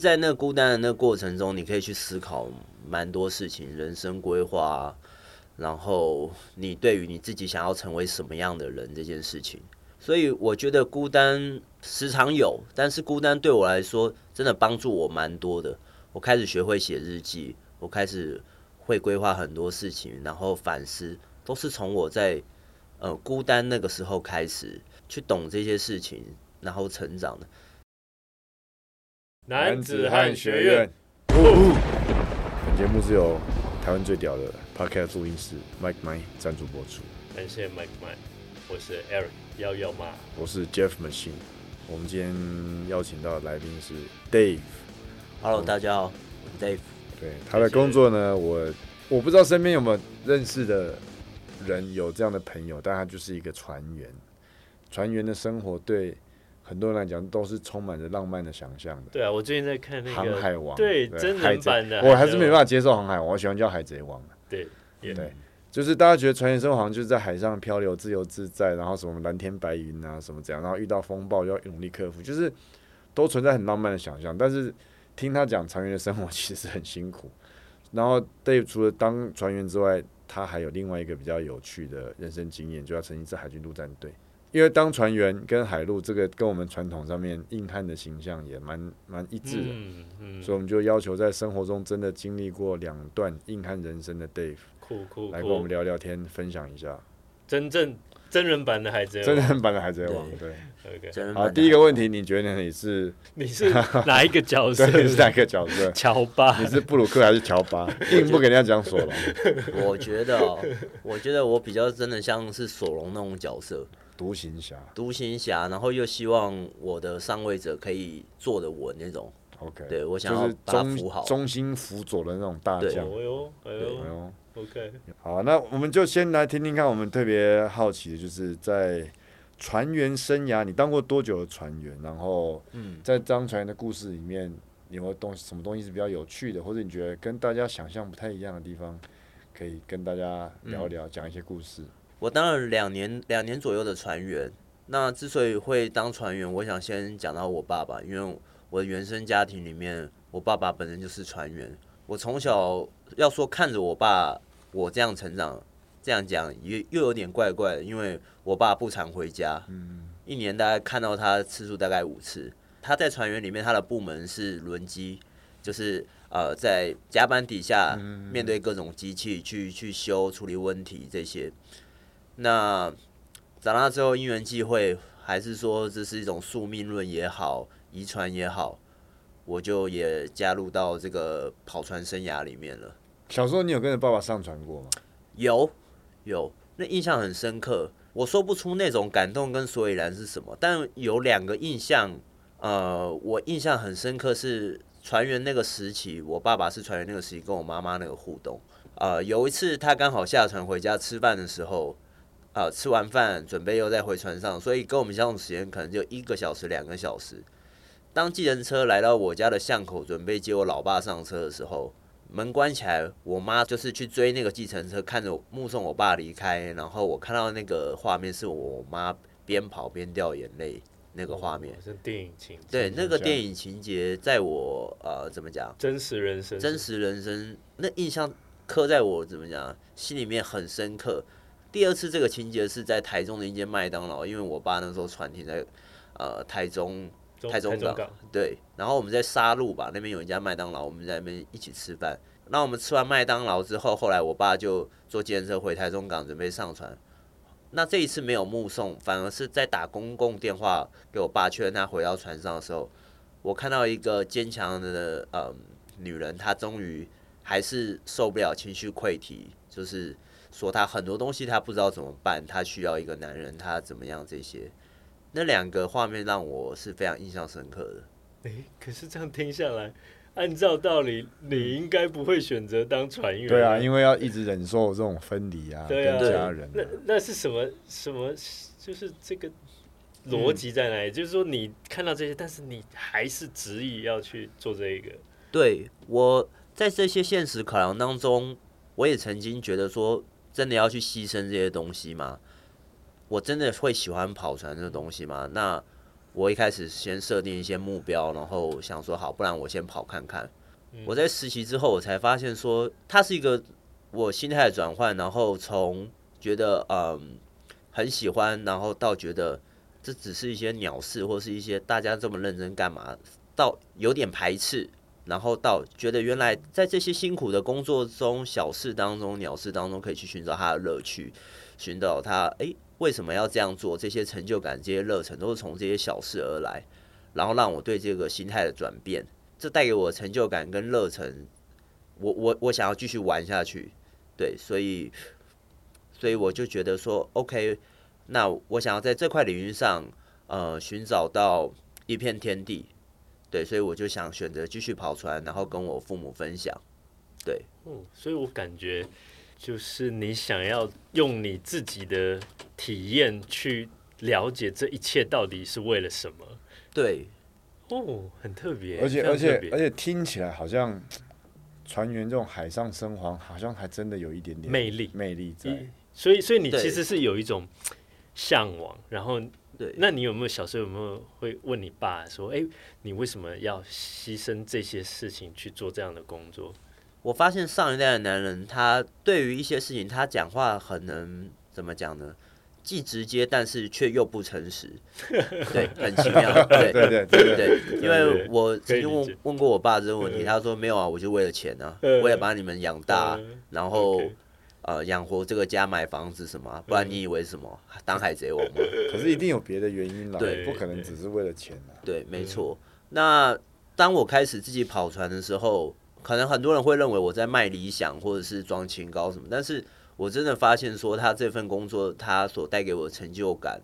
在那孤单的那过程中，你可以去思考蛮多事情，人生规划啊，然后你对于你自己想要成为什么样的人这件事情。所以我觉得孤单时常有，但是孤单对我来说真的帮助我蛮多的。我开始学会写日记，我开始会规划很多事情，然后反思，都是从我在呃孤单那个时候开始去懂这些事情，然后成长的。男子汉学院，本节目是由台湾最屌的 Podcast 录音师 Mike Mike 赞助播出。感谢 Mike Mike，我是 Eric 幺幺妈，我是 Jeff Machine。我们今天邀请到的来宾是 Dave， Hello，大家好，我是 Dave。对他的工作呢，我我不知道身边有没有认识的人有这样的朋友，但他就是一个船员。船员的生活对很多人来讲都是充满着浪漫的想象的。对啊，我最近在看那航个，海王对真人海贼版的我海还贼是没王办法接受航海王，我喜欢叫海贼王。对也对，就是大家觉得船员生活好像就是在海上漂流、自由自在，然后什么蓝天白云啊，什么这样，然后遇到风暴要努力克服，就是都存在很浪漫的想象。但是听他讲船员的生活 其实很辛苦。然后 Dave 除了当船员之外，他还有另外一个比较有趣的人生经验，就他曾经是海军陆战队。因为当船员跟海陆这个跟我们传统上面硬汉的形象也蛮蛮一致的，嗯嗯，所以我们就要求在生活中真的经历过两段硬汉人生的 Dave 酷酷来跟我们酷，聊聊天，分享一下真正真人版的海贼真王人版的海贼王。对， ，OK，真人版好，的第一个问题，你觉得你是你是哪一个角色？？对你是哪个角色 乔巴你是布鲁克还是乔巴？硬不给人家讲索隆，我觉得、 哦，我觉得我比较真的像是索隆那种角色，独行侠。独行侠，然后又希望我的上位者可以坐得稳那种。 OK，对我想要就是把它扶好中中心辅佐的那种大哎将。呦哎哎呦呦，OK，好，那我们就先来听听看，我们特别好奇的就是在船员生涯，你当过多久的船员？然后，嗯在当船员的故事里面，有没有东西什么东西是比较有趣的，或者你觉得跟大家想象不太一样的地方，可以跟大家聊聊，讲一些故事。我当了两年两年左右的船员。那之所以会当船员，我想先讲到我爸爸，因为我的原生家庭里面，我爸爸本身就是船员。我从小要说看着我爸我这样成长，这样讲也又有点怪怪的，因为我爸不常回家，一年大概看到他次数大概五次。他在船员里面，他的部门是轮机，就是呃在甲板底下面对各种机器去去修处理问题这些。那长大之后因缘际会，还是说这是一种宿命论也好，遗传也好，我就也加入到这个跑船生涯里面了。小时候你有跟着爸爸上船过吗？有有，那印象很深刻。我说不出那种感动跟所以然是什么，但有两个印象，呃，我印象很深刻是船员那个时期，我爸爸是船员那个时期，跟我妈妈那个互动。呃，有一次他刚好下船回家吃饭的时候，呃，吃完饭准备又再回船上，所以跟我们相处时间可能就一个小时、两个小时。当计程车来到我家的巷口，准备接我老爸上车的时候，门关起来，我妈就是去追那个计程车，看着我目送我爸离开，然后我看到那个画面是我妈边跑边掉眼泪那个画面哦。是电影情节，对，那个像电影情节在我呃怎么讲，真实人生，真实人生那印象刻在我怎么讲，心里面很深刻。第二次这个情节是在台中的一间麦当劳，因为我爸那时候船停在呃台中中台台中港港，对，然后我们在沙鹿吧那边有一家麦当劳，我们在那边一起吃饭。那我们吃完麦当劳之后，后来我爸就坐计程车回台中港准备上船。那这一次没有目送，反而是在打公共电话给我爸确认他回到船上的时候，我看到一个坚强的呃女人，她终于还是受不了情绪溃堤，就是说她很多东西她不知道怎么办，她需要一个男人，她怎么样这些。那两个画面让我是非常印象深刻的。诶，可是这样听下来，按照道理，你应该不会选择当船员。对啊，为因为要一直忍受这种分离啊，对啊跟家人、那啊。那是什么什么？就是这个逻辑在嗯哪里？就是说你看到这些，但是你还是执意要去做这一个。对我在这些现实考量当中，我也曾经觉得说，真的要去牺牲这些东西吗？我真的会喜欢跑船这个东西吗？那我一开始先设定一些目标，然后想说好，不然我先跑看看。我在实习之后，我才发现说，它是一个我心态的转换，然后从觉得嗯很喜欢，然后到觉得这只是一些鸟事，或是一些大家这么认真干嘛，到有点排斥，然后到觉得原来在这些辛苦的工作中、小事当中、鸟事当中，可以去寻找它的乐趣，寻找它诶为什么要这样做，这些成就感、这些热忱都是从这些小事而来，然后让我对这个心态的转变，这带给我的成就感跟热忱，我我我想要继续玩下去，对，所以所以我就觉得说，OK，那我想要在这块领域上，呃，寻找到一片天地，对，所以我就想选择继续跑船，然后跟我父母分享，嗯哦，所以我感觉就是你想要用你自己的体验去了解这一切到底是为了什么。对，哦，很特别，而非且常而特且别而且听起来好像船员这种海上生活好像还真的有一点点魅力魅力在。一所以所以你对其实是有一种向往，然后对那你有没有小时候有没有会问你爸说，哎、你为什么要牺牲这些事情去做这样的工作？我发现上一代的男人，他对于一些事情，他讲话很能怎么讲呢？既直接，但是却又不诚 实，对，很奇妙，对对对对对，对，因为对我曾经可以理解问问过我爸这个问题，嗯他说没有啊，我就为了钱啊，嗯我也把你们养大，嗯然后 OK 嗯呃养活这个家，买房子什么啊，不然你以为什么当海贼王吗？可是一定有别的原因啦，对不可能对只是为了钱啊。对，没错。那当我开始自己跑船的时候，可能很多人会认为我在卖理想或者是装清高什么，但是我真的发现说，他这份工作他所带给我的成就感，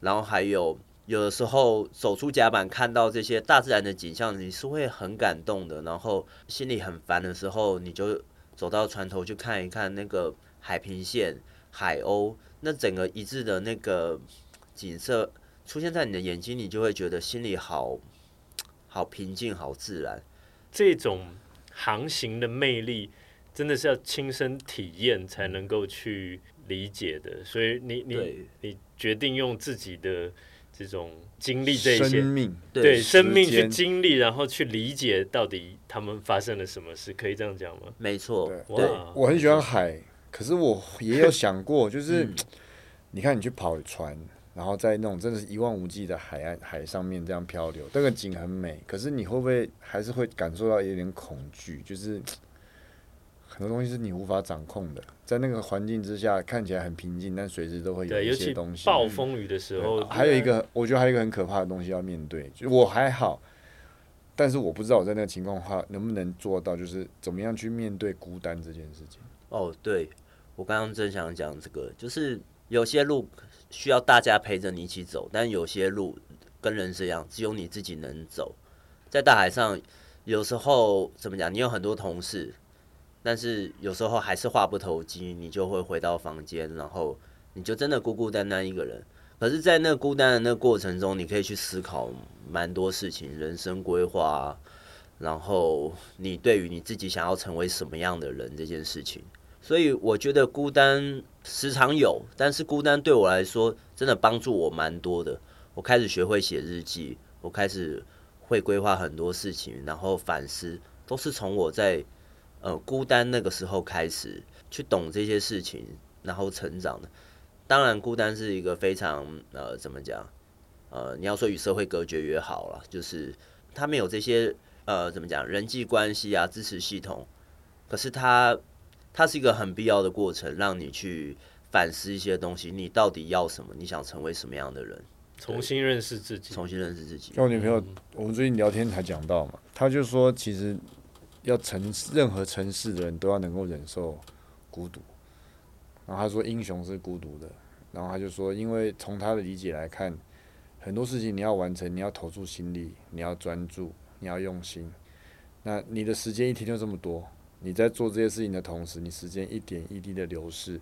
然后还有有的时候走出甲板看到这些大自然的景象，你是会很感动的。然后心里很烦的时候，你就走到船头去看一看那个海平线、海鸥，那整个一致的那个景色出现在你的眼睛，你就会觉得心里好好平静、好自然。这种航行的魅力，真的是要亲身体验才能够去理解的。所以你你对你决定用自己的这种经历这一些生，命，对对，生命时去间经历，然后去理解到底他们发生了什么事，可以这样讲吗？没错，对对哇，我很喜欢海，可是我也有想过，就是、嗯你看你去跑船，然后在那种真的是一望无际的海岸海上面这样漂流，那个景很美，可是你会不会还是会感受到有点恐惧？就是很多东西是你无法掌控的，在那个环境之下看起来很平静，但随时都会有对，尤一其些东西。啊暴风雨的时候，还有一个，我觉得还有一个很可怕的东西要面对，就是我还好，但是我不知道我在那个情况下能不能做到，就是怎么样去面对孤单这件事情。哦，对，我刚刚正想讲这个，就是有些路需要大家陪着你一起走，但有些路跟人是一样，只有你自己能走。在大海上，有时候怎么讲，你有很多同事，但是有时候还是话不投机，你就会回到房间，然后你就真的孤孤单单一个人。可是，在那孤单的那过程中，你可以去思考蛮多事情，人生规划啊、然后你对于你自己想要成为什么样的人这件事情。所以我觉得孤单时常有，但是孤单对我来说真的帮助我蛮多的。我开始学会写日记，我开始会规划很多事情，然后反思，都是从我在呃孤单那个时候开始去懂这些事情，然后成长的。当然，孤单是一个非常呃怎么讲呃，你要说与社会隔绝也好了，就是他没有这些呃怎么讲人际关系啊支持系统，可是他它是一个很必要的过程，让你去反思一些东西，你到底要什么，你想成为什么样的人，重新认识自己，重新认识自己。像我女朋友，我们最近聊天才讲到嘛，她就说其实要城任何城市的人都要能够忍受孤独，然后她说英雄是孤独的，然后她就说，因为从她的理解来看，很多事情你要完成，你要投注心力，你要专注，你要用心，那你的时间一天就这么多，你在做这些事情的同时，你时间一点一滴的流逝，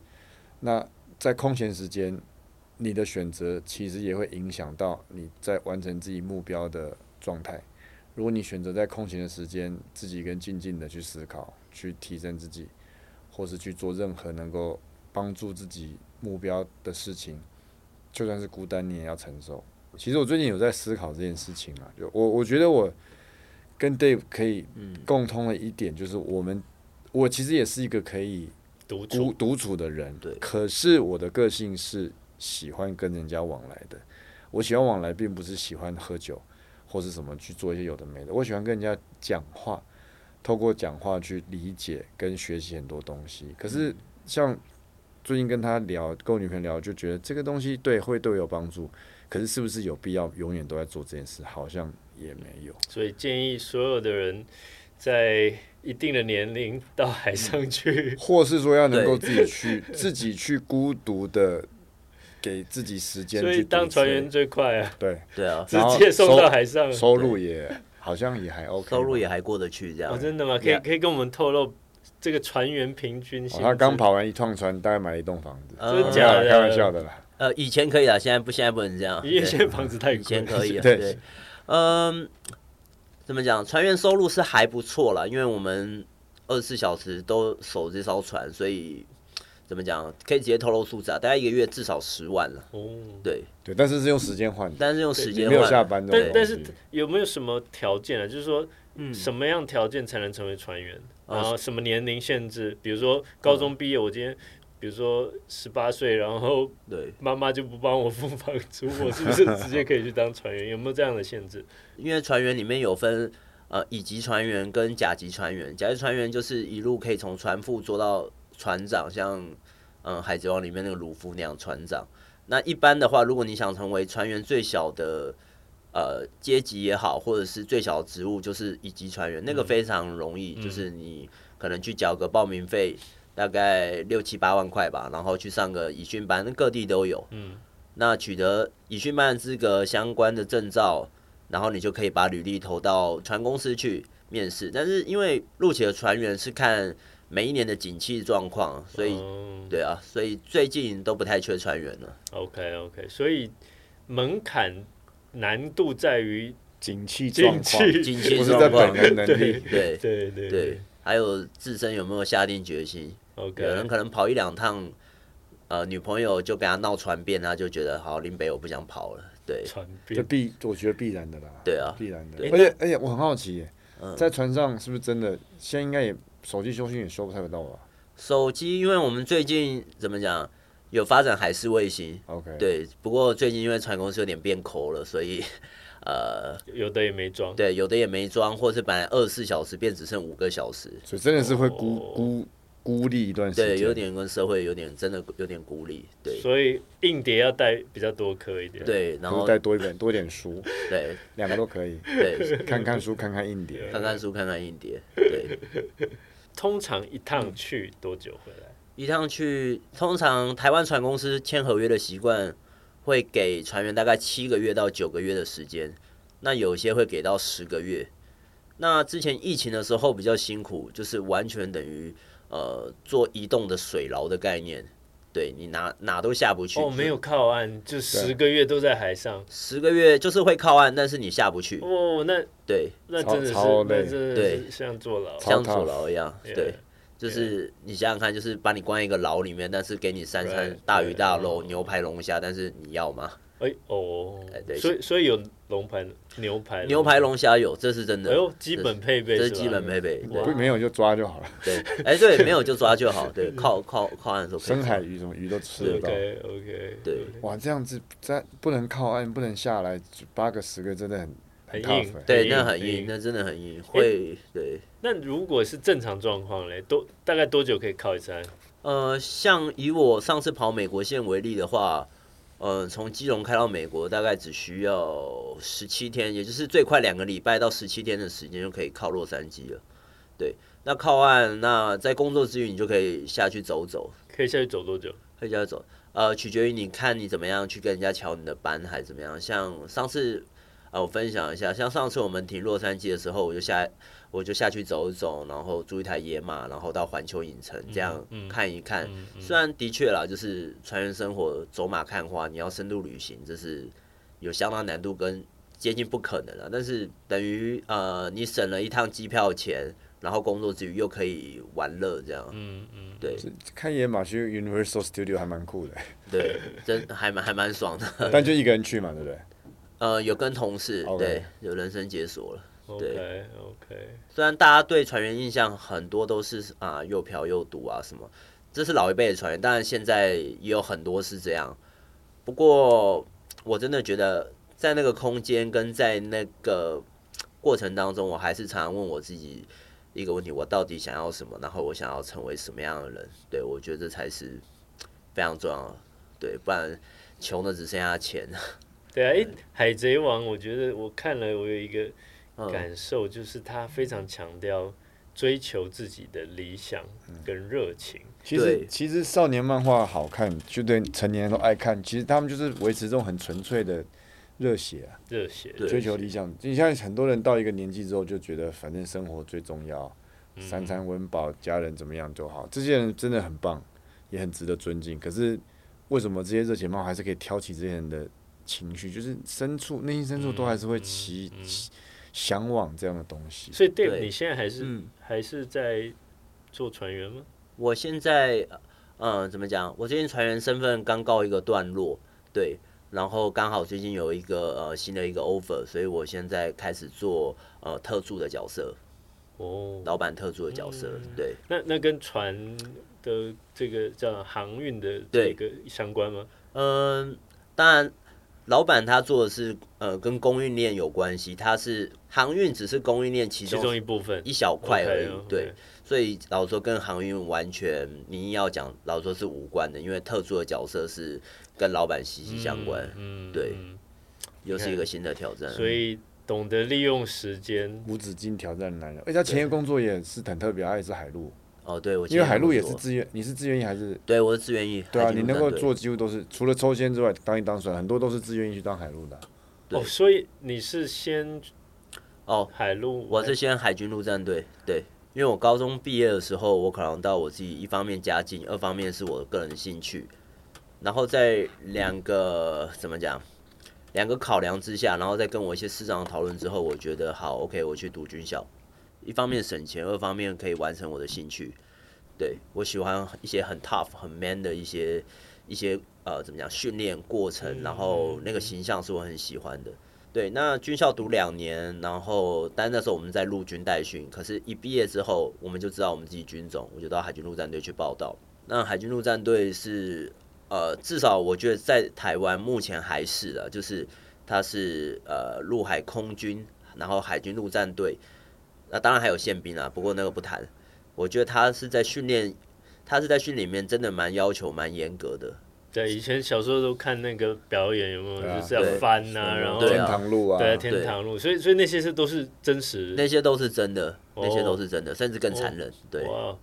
那在空闲时间，你的选择其实也会影响到你在完成自己目标的状态。如果你选择在空闲的时间，自己跟静静的去思考，去提升自己，或是去做任何能够帮助自己目标的事情，就算是孤单，你也要承受。其实我最近有在思考这件事情啊，就我我觉得我跟 Dave 可以共通的一点就是，我们我其实也是一个可以独孤处，独处的人，对可是我的个性是喜欢跟人家往来的，我喜欢往来，并不是喜欢喝酒或是什么去做一些有的没的，我喜欢跟人家讲话，透过讲话去理解跟学习很多东西。可嗯是像最近跟他聊，跟我女朋友聊，就觉得这个东西对会对我有帮助，可是是不是有必要永远都在做这件事？好像也没有。所以建议所有的人在一定的年龄到嗯海上去，或是说要能够自己去自己去孤独的给自己时间所去以独当船处员最嗯快啊，对对啊，直然后接送收到海上。收入也好像也还 OK，收入也哦还过得去这样。哦，真的吗？可以 Yeah 可以跟我们透露这个船员平均薪资？哦他刚跑完一趟船，大概买了一栋房子，真啊的没有啦假的开玩笑的啦。呃，嗯以前可以啊，现在不，现在不能这 样。因为对现在房子太以前贵，可以啊，对对，嗯，怎么讲？船员收入是还不错啦，因为我们二十四小时都守这艘船，所以怎么讲？可以直接透露数字啊，大概一个月至少十万了。哦，对，对，但是是用时间换的，但是用时你间没有换下班的但东但是西。有没有什么条件啊？就是说，什么样条件才能成为船员？嗯哦嗯然后什么年龄限制？比如说高中毕业，我今天比如说十八岁，然后 对，妈妈就不帮我付房租，我是 不是直接可以去当船员？有没有这样的限制？因为船员里面有分呃乙级船员跟甲级船员，甲级船员就是一路可以从船副做到船长，像嗯《海贼王》里面那个鲁夫那样船长。那一般的话，如果你想成为船员最小的呃阶级也好，或者是最小的职务，就是乙级船员，那个非常容易，就是你可能去缴个报名费，大概六七八万块吧，然后去上个乙训班，那各地都有。嗯，那取得乙训班的资格相关的证照，然后你就可以把履历投到船公司去面试。但是因为录取的船员是看每一年的景气状况，所以、嗯对啊，所以最近都不太缺船员了。 OK OK，所以门槛难度在于景气状景况，气，景气不是在本人能力 对对。对对对，还有自身有没有下定决心？ ，OK，有人可能跑一两趟，呃，女朋友就跟他闹船变，他就觉得好林北我不想跑了。对传这遍必我觉得必然的啦，对啊必然的对。而且而且我很好奇耶，在船上是不是真的？现在应该也手机修讯也修不太得到吧手机，因为我们最近怎么讲，有发展海事卫星， ？OK，，对，不过最近因为船公司有点变抠了，所以呃，有的也没装，对，有的也没装，或是本来二十四小时变只剩五个小时，所以真的是会孤哦孤孤立一段时间，对，有点跟社会有点真的有点孤立，对所以硬碟要带比较多颗一点。，对，然可后是带多一本 多一点书，对两个都 可以，对，看看书，看看硬碟。看看书，看看硬碟，对，通常一嗯趟去多久回来？一趟去，通常台湾船公司签合约的习惯会给船员大概七个月到九个月的时间，那有些会给到十个月。那之前疫情的时候比较辛苦，就是完全等于呃做移动的水牢的概念，对你哪哪都下不去。哦，没有靠岸，就十个月都在海上。十个月就是会靠岸，但是你下不去，哦，那对，那超真的是，超那累真的是对像坐牢。超像 tough 坐牢一样， Yeah，对，就是你想想看，就是把你关一个牢里面，但是给你三餐 Right，大鱼大肉、对牛排龙虾，但是你要吗？哎哦哎，对所以所以有龙排、牛排、牛排、。龙虾有，这是真的哎，呦，基本配备这是是吧基本配备，对不没有就抓就好了，对，哎对，没有就抓就好， 对，靠靠靠岸的时候可以深抓海鱼什么鱼都吃得到。 OK OK，对哇，这样子在不能靠岸，不能下来，八个十个真的很很很硬 tough 欸对，硬那很很硬哎硬，那真的很硬，会对。那如果是正常状况嘞，多大概多久可以靠一次岸？呃，像以我上次跑美国线为例的话，呃，从基隆开到美国大概只需要十七天，也就是最快两个礼拜到十七天的时间就可以靠洛杉矶了。对，那靠岸，那在工作之余你就可以下去走走，可以下去走多久？可以下去走。呃，取决于你看你怎么样去跟人家瞧你的班还是怎么样。像上次，呃，我分享一下，像上次我们停洛杉矶的时候，我就下我就下去走一走，然后租一台野马，然后到环球影城这样嗯嗯看一看。嗯嗯虽然的确啦，就是船员生活走马看花，你要深度旅行，这是有相当难度跟接近不可能啊。但是等于呃，你省了一趟机票钱，然后工作之余又可以玩乐，这样嗯嗯，对这看野马去 Universal Studio 还蛮酷的，对，真还蛮还蛮爽的。但就一个人去嘛，对不对？呃，有跟同事 OK 对有人生解锁了。 OK OK，虽然大家对船员印象很多都是啊又嫖又赌啊什么，这是老一辈的船员，当然现在也有很多是这样。不过我真的觉得在那个空间跟在那个过程当中，我还是常常问我自己一个问题：我到底想要什么？然后我想要成为什么样的人？对我觉得这才是非常重要的。对，不然穷的只剩下钱。对啊，诶，海贼王》我觉得我看了，我有一个嗯，感受，就是他非常强调追求自己的理想嗯跟热情。其实对其实少年漫画好看，就对成年人都爱看。其实他们就是维持这种很纯粹的热血、啊，热血对追求理想。你像很多人到一个年纪之后，就觉得反正生活最重要，三餐嗯温饱，家人怎么样就好。这些人真的很棒，也很值得尊敬。可是为什么这些热血漫画还是可以挑起这些人的情绪？就是深处内心深处都还是嗯会期、期向往这样的东西。所以 Dave，对你现在还是、嗯还是在做船员吗？我现在，嗯，怎么讲？我最近船员身份刚告一个段落，对，然后刚好最近有一个呃新的一个 offer，所以我现在开始做呃特助的角色，哦，嗯老板特助的角色，对，那那跟船的这个叫航运的对这个相关吗？嗯，当然，老板他做的是呃跟供应链有关系，他是航运只是供应链其其中中一部分一小块而已 OK，OK 对，所以老实说跟航运完全你硬要讲，老实说是无关的，因为特助的角色是跟老板息息相关。嗯嗯，嗯对嗯又是一个新的挑战。所以懂得利用时间，无止境挑战的男人，而且他前一个工作也是很特别，啊他也是海陆，哦，对，我记因为得海有陆也说是自愿，你是自愿役还是？对，我是自愿意。对啊，海军你陆能战够队做几乎都是除了抽签之外，当一当船很多都是自愿意去当海陆的啊、对哦，所以你是先哦，海陆，我是先海军陆战队，对，因为我高中毕业的时候，我考量到我自己一方面家境，二方面是我个人兴趣，然后在两个怎么讲，两个考量之下，然后再跟我一些师长讨论之后，我觉得好，OK，我去读军校，一方面省钱，二方面可以完成我的兴趣。对我喜欢一些很 tough、很 man 的一些一些呃怎么讲训练过程，然后那个形象是我很喜欢的。对，那军校读两年，然后但那时候我们在陆军代训，可是一毕业之后，我们就知道我们自己军种，我就到海军陆战队去报道。那海军陆战队是呃，至少我觉得在台湾目前还是的，就是它是呃陆海空军，然后海军陆战队，那当然还有宪兵啊，不过那个不谈。我觉得他是在训练，他是在训里面真的蛮要求蛮严格的，对以前小时候都看那个表演，有没有、对啊就是要对翻呐、对然后对天啊堂路啊，对天堂路，所以所以那些是都是真实那些都是真的，哦那些都是真的，甚至更残忍。对，哇，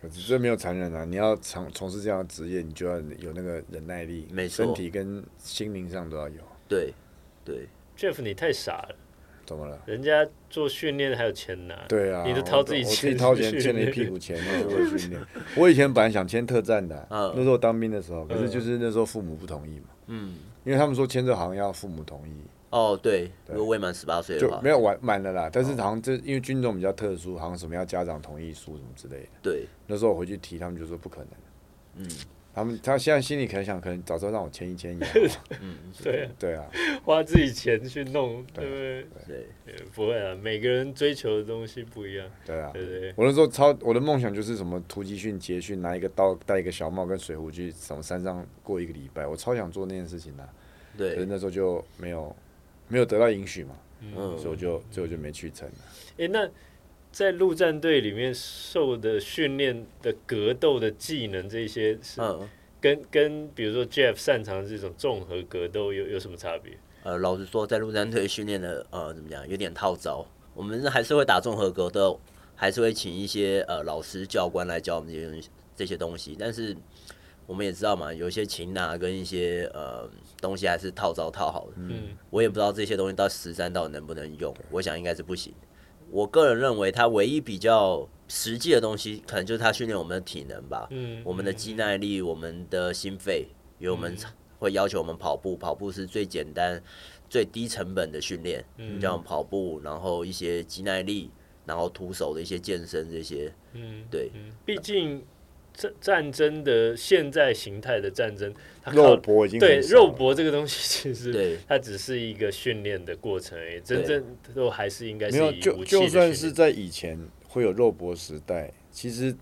可是这没有残忍啊！你要从从事这样的职业，你就要有那个忍耐力，没错身体跟心灵上都要有。对，对， Jeff，你太傻了，怎么了？人家做训练还有钱拿。对啊，你都掏自己我我钱自己掏去钱训欠了一练屁股钱，那是为训练。我以前本来想签特战的啊、嗯那时候当兵的时候，可是嗯就是那时候父母不同意嘛，嗯，因为他们说签这好像要父母同意，哦，对，如果未满十八岁的就话没，有完满了啦。但哦是好像这因为军种比较特殊，好像什么要家长同意书什么之类的。对，那时候我回去提，他们就说不可能。 嗯他们他现在心里可能想，可能早知道让我签一签也好。嗯，对啊，对啊，花自己钱去弄，对对不对？嗯对，也不会啊，每个人追求的东西不一样，对啊。对不对？我那时候超我的梦想就是什么突击训、捷训，拿一个刀、带一个小帽跟水壶去什么山上过一个礼拜，我超想做那件事情的、啊可是对，那时候就没有没有得到允许嘛，所以我嗯，就最后就没去成。啊诶，那在陆战队里面受的训练的格斗的技能这些是嗯，跟跟比如说 Jeff 擅长的这种综合格斗有有什么差别？呃，老实说，在陆战队训练的，呃，怎么讲，有点套招，我们还是会打综合格斗，还是会请一些呃老师、教官来教我们这些东西，这些东西，但是。我们也知道嘛，有一些擒拿跟一些呃东西还是套招套好的，嗯，我也不知道这些东西到实战到底能不能用，我想应该是不行。我个人认为，它唯一比较实际的东西，可能就是它训练我们的体能吧，嗯我们的肌耐力，我们的心肺，因为我们会要求我们跑步，跑步是最简单、最低成本的训练，嗯像跑步，然后一些肌耐力，然后徒手的一些健身这些，嗯，对嗯，毕竟战战争的现在形态的战争，它啊靠肉搏已经对很少肉了搏这个东西，其实对 它只是一个训练的过程而已，真对正都还是应该是没有，以就武器就的算训是练在以前会有肉搏时代，其实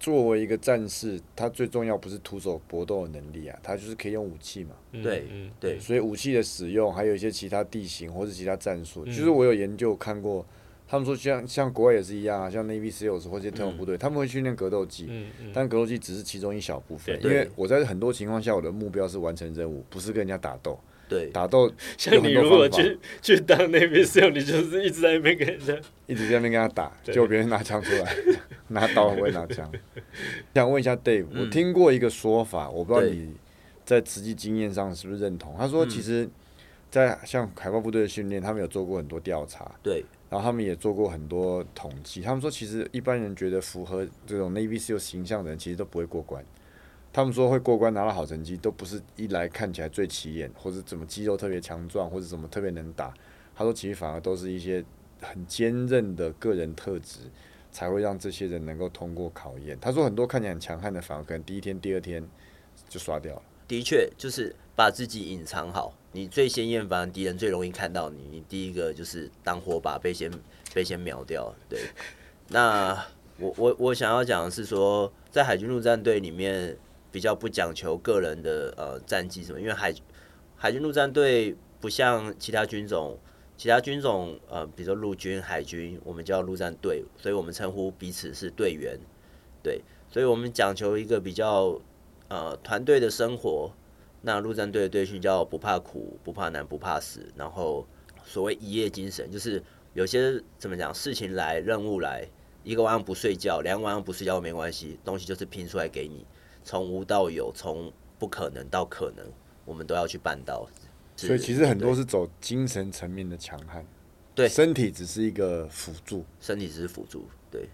作为一个战士，他最重要不是徒手搏斗的能力啊，他就是可以用武器嘛。嗯对嗯对嗯所以武器的使用，还有一些其他地形或者其他战术，嗯就是我有研究看过，他们说像像国外也是一样啊，像 Navy SEALs 或者嗯特种部队，他们会训练格斗技。嗯嗯但格斗技只是其中一小部分，因对为我在很多情况下，我的目标是完成任务，不是跟人家打斗。对打斗有像你很多如果方法去 去当那边 s 你就是一直在那边跟人家一直在那边跟他打，对结果别人拿枪出来， 拿刀我也拿 枪。想问一下 Dave，、嗯我听过一个说法，我不知道对嗯你在实际经验上是不是认同。他说，其实，在像海豹部队的训练，他们有做过很多调查，对然后他们也做过很多统计。他们说，其实一般人觉得符合这种 Navy SEAL 形象的人，其实都不会过关。他们说会过关拿到好成绩，都不是一来看起来最起眼，或者怎么肌肉特别强壮，或者怎么特别能打。他说，其实反而都是一些很坚韧的个人特质，才会让这些人能够通过考验。他说，很多看起来很强悍的，反而可能第一天、第二天就刷掉了。的确就是把自己隐藏好，你最鲜艳，反而敌人最容易看到你。你第一个就是当火把被先 被先秒掉。对，那我我我想要讲的是说，在海军陆战队里面比较不讲求个人的呃战绩什么，因为海海军陆战队不像其他军种。其他军种，呃，比如说陆军、海军，我们叫陆战队，所以我们称呼彼此是队员，对，所以我们讲求一个比较呃团队的生活。那陆战队的队训叫不怕苦、不怕难、不怕死，然后所谓一夜精神，就是有些怎么讲，事情来、任务来，一个晚上不睡觉，两个晚上不睡觉没关系，东西就是拼出来给你，从无到有，从不可能到可能，我们都要去办到。是所以其实很多对是走精神层面的强悍，对身体只是一个辅助。身体只是辅助，对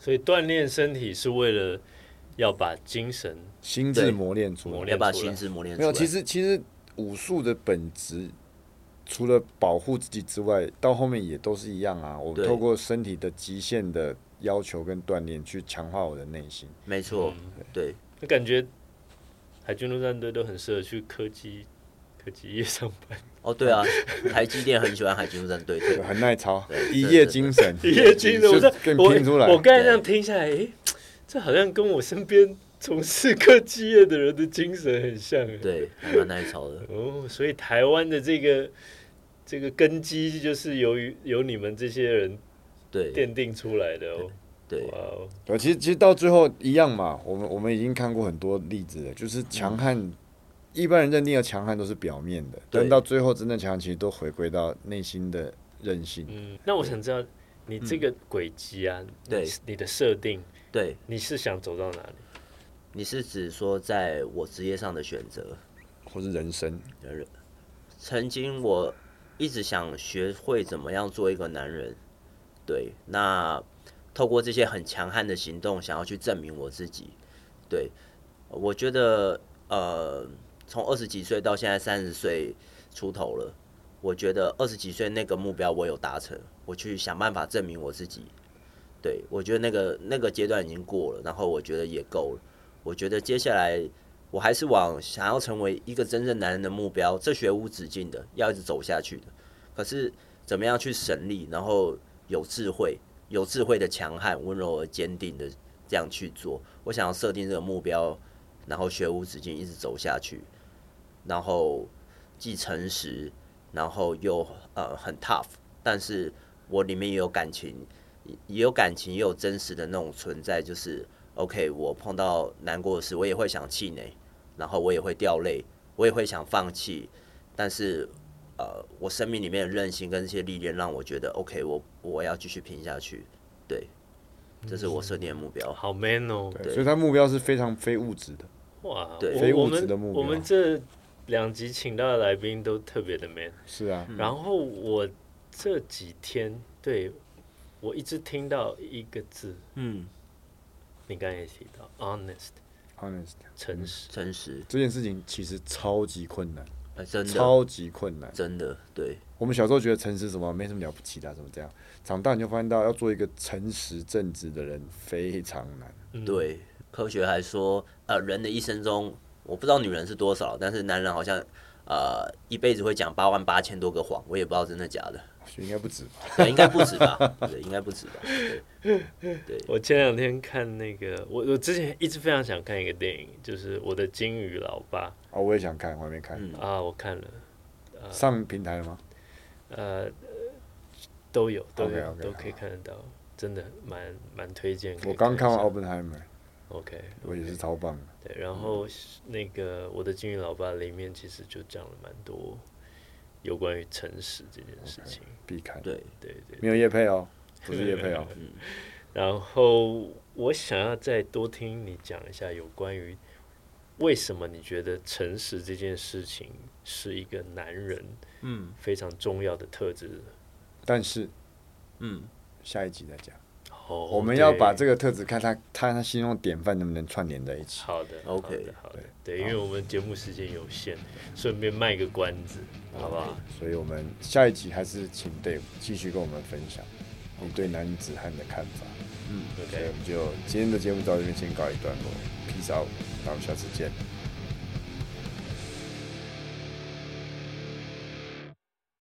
所以锻炼身体是为了要把精神心智对磨练出来磨。要练把出来心智磨练出没来。有，其实其实武术的本质，除了保护自己之外，到后面也都是一样啊。我对透过身体的极限的要求跟锻炼，去强化我的内心。没错，对，嗯那感觉海军陆战队都很适合去科技科技业上班，哦对啊，台积电很喜欢海军陆战队，对对，啊很耐操，对一对夜对精神，一夜精神。我就在更我拼出来。我刚才这样听下来，诶，这好像跟我身边从事科技业的人的精神很像。诶对，还蛮耐操的。哦，所以台湾的这个这个根基就是由于由你们这些人对奠定出来的哦。对哇哦，对，其实其实到最后一样嘛，我们我们已经看过很多例子了，就是强悍，一般人认定的强悍都是表面的，但对到最后真正强悍，其实都回归到内心的韧性。嗯，那我想知道你这个轨迹啊，对你你的设定，对，你是想走到哪里？你是指说在我职业上的选择？或是人生，曾经我一直想学会怎么样做一个男人，对，那透过这些很强悍的行动，想要去证明我自己，对，我觉得呃，从二十几岁到现在三十岁出头了，我觉得二十几岁那个目标我有达成，我去想办法证明我自己，对我觉得那个那个阶段已经过了，然后我觉得也够了，我觉得接下来我还是往想要成为一个真正男人的目标，这学无止境的，要一直走下去的。可是怎么样去省力，然后有智慧、有智慧的强悍、温柔而坚定的这样去做？我想要设定这个目标，然后学无止境，一直走下去，然后既诚实，然后又呃很 tough，但是我里面也有感情，也也有感情，也有真实的那种存在，就是 OK，我碰到难过的事，我也会想气馁。然后我也会掉泪，我也会想放弃，但是呃，我生命里面的韧性跟这些历练让我觉得 OK，我我要继续拼下去，对，这是我设定的目标。好 man 哦！对，对所以他目标是非常非物质的。哇，对非我物我质们的目标我们这两集请到的来宾都特别的 man。是啊，然后我这几天对我一直听到一个字，嗯，你刚才也提到 honest honest 诚实，诚实，这件事情其实超级困难，呃、真的，超级困难。真的，对，我们小时候觉得诚实什么没什么了不起的啊、怎么这样？长大你就发现到要做一个诚实正直的人非常难。嗯对，科学还说，呃，人的一生中，我不知道女人是多少，但是男人好像呃一辈子会讲八万八千多个谎，我也不知道真的假 的，应该不止吧？对，应该不止吧？对，应该不止吧？对，我前两天看那个，我我之前一直非常想看一个电影，就是《我的金鱼老爸哦，我也想看，我还没看。嗯》啊，我看了，上平台了吗？呃，都有都有 OK，OK，都可以看得到，真的蛮蛮推荐。我刚看完《哦 Oppenheimer》， ，OK，我也是超棒的。对，然后那个《我的金鱼老爸》里面其实就讲了蛮多有关于诚实这件事情。必看。对，对对，没有叶配哦，不是叶配哦。然后我想要再多听你讲一下有关于为什么你觉得诚实这件事情是一个男人嗯非常重要的特质。但是嗯，下一集再讲，哦，我们要把对这个特质看他他他心中的典范能不能串联在一起。好的 OK 好的好的，对，因为我们节目时间有限，顺便卖个关子，好不好？所以我们下一集还是请 Dave 继续跟我们分享你对男子汉的看法。嗯所以 OK，我们就今天的节目到这边先告一段落，peace out，那我们下次见，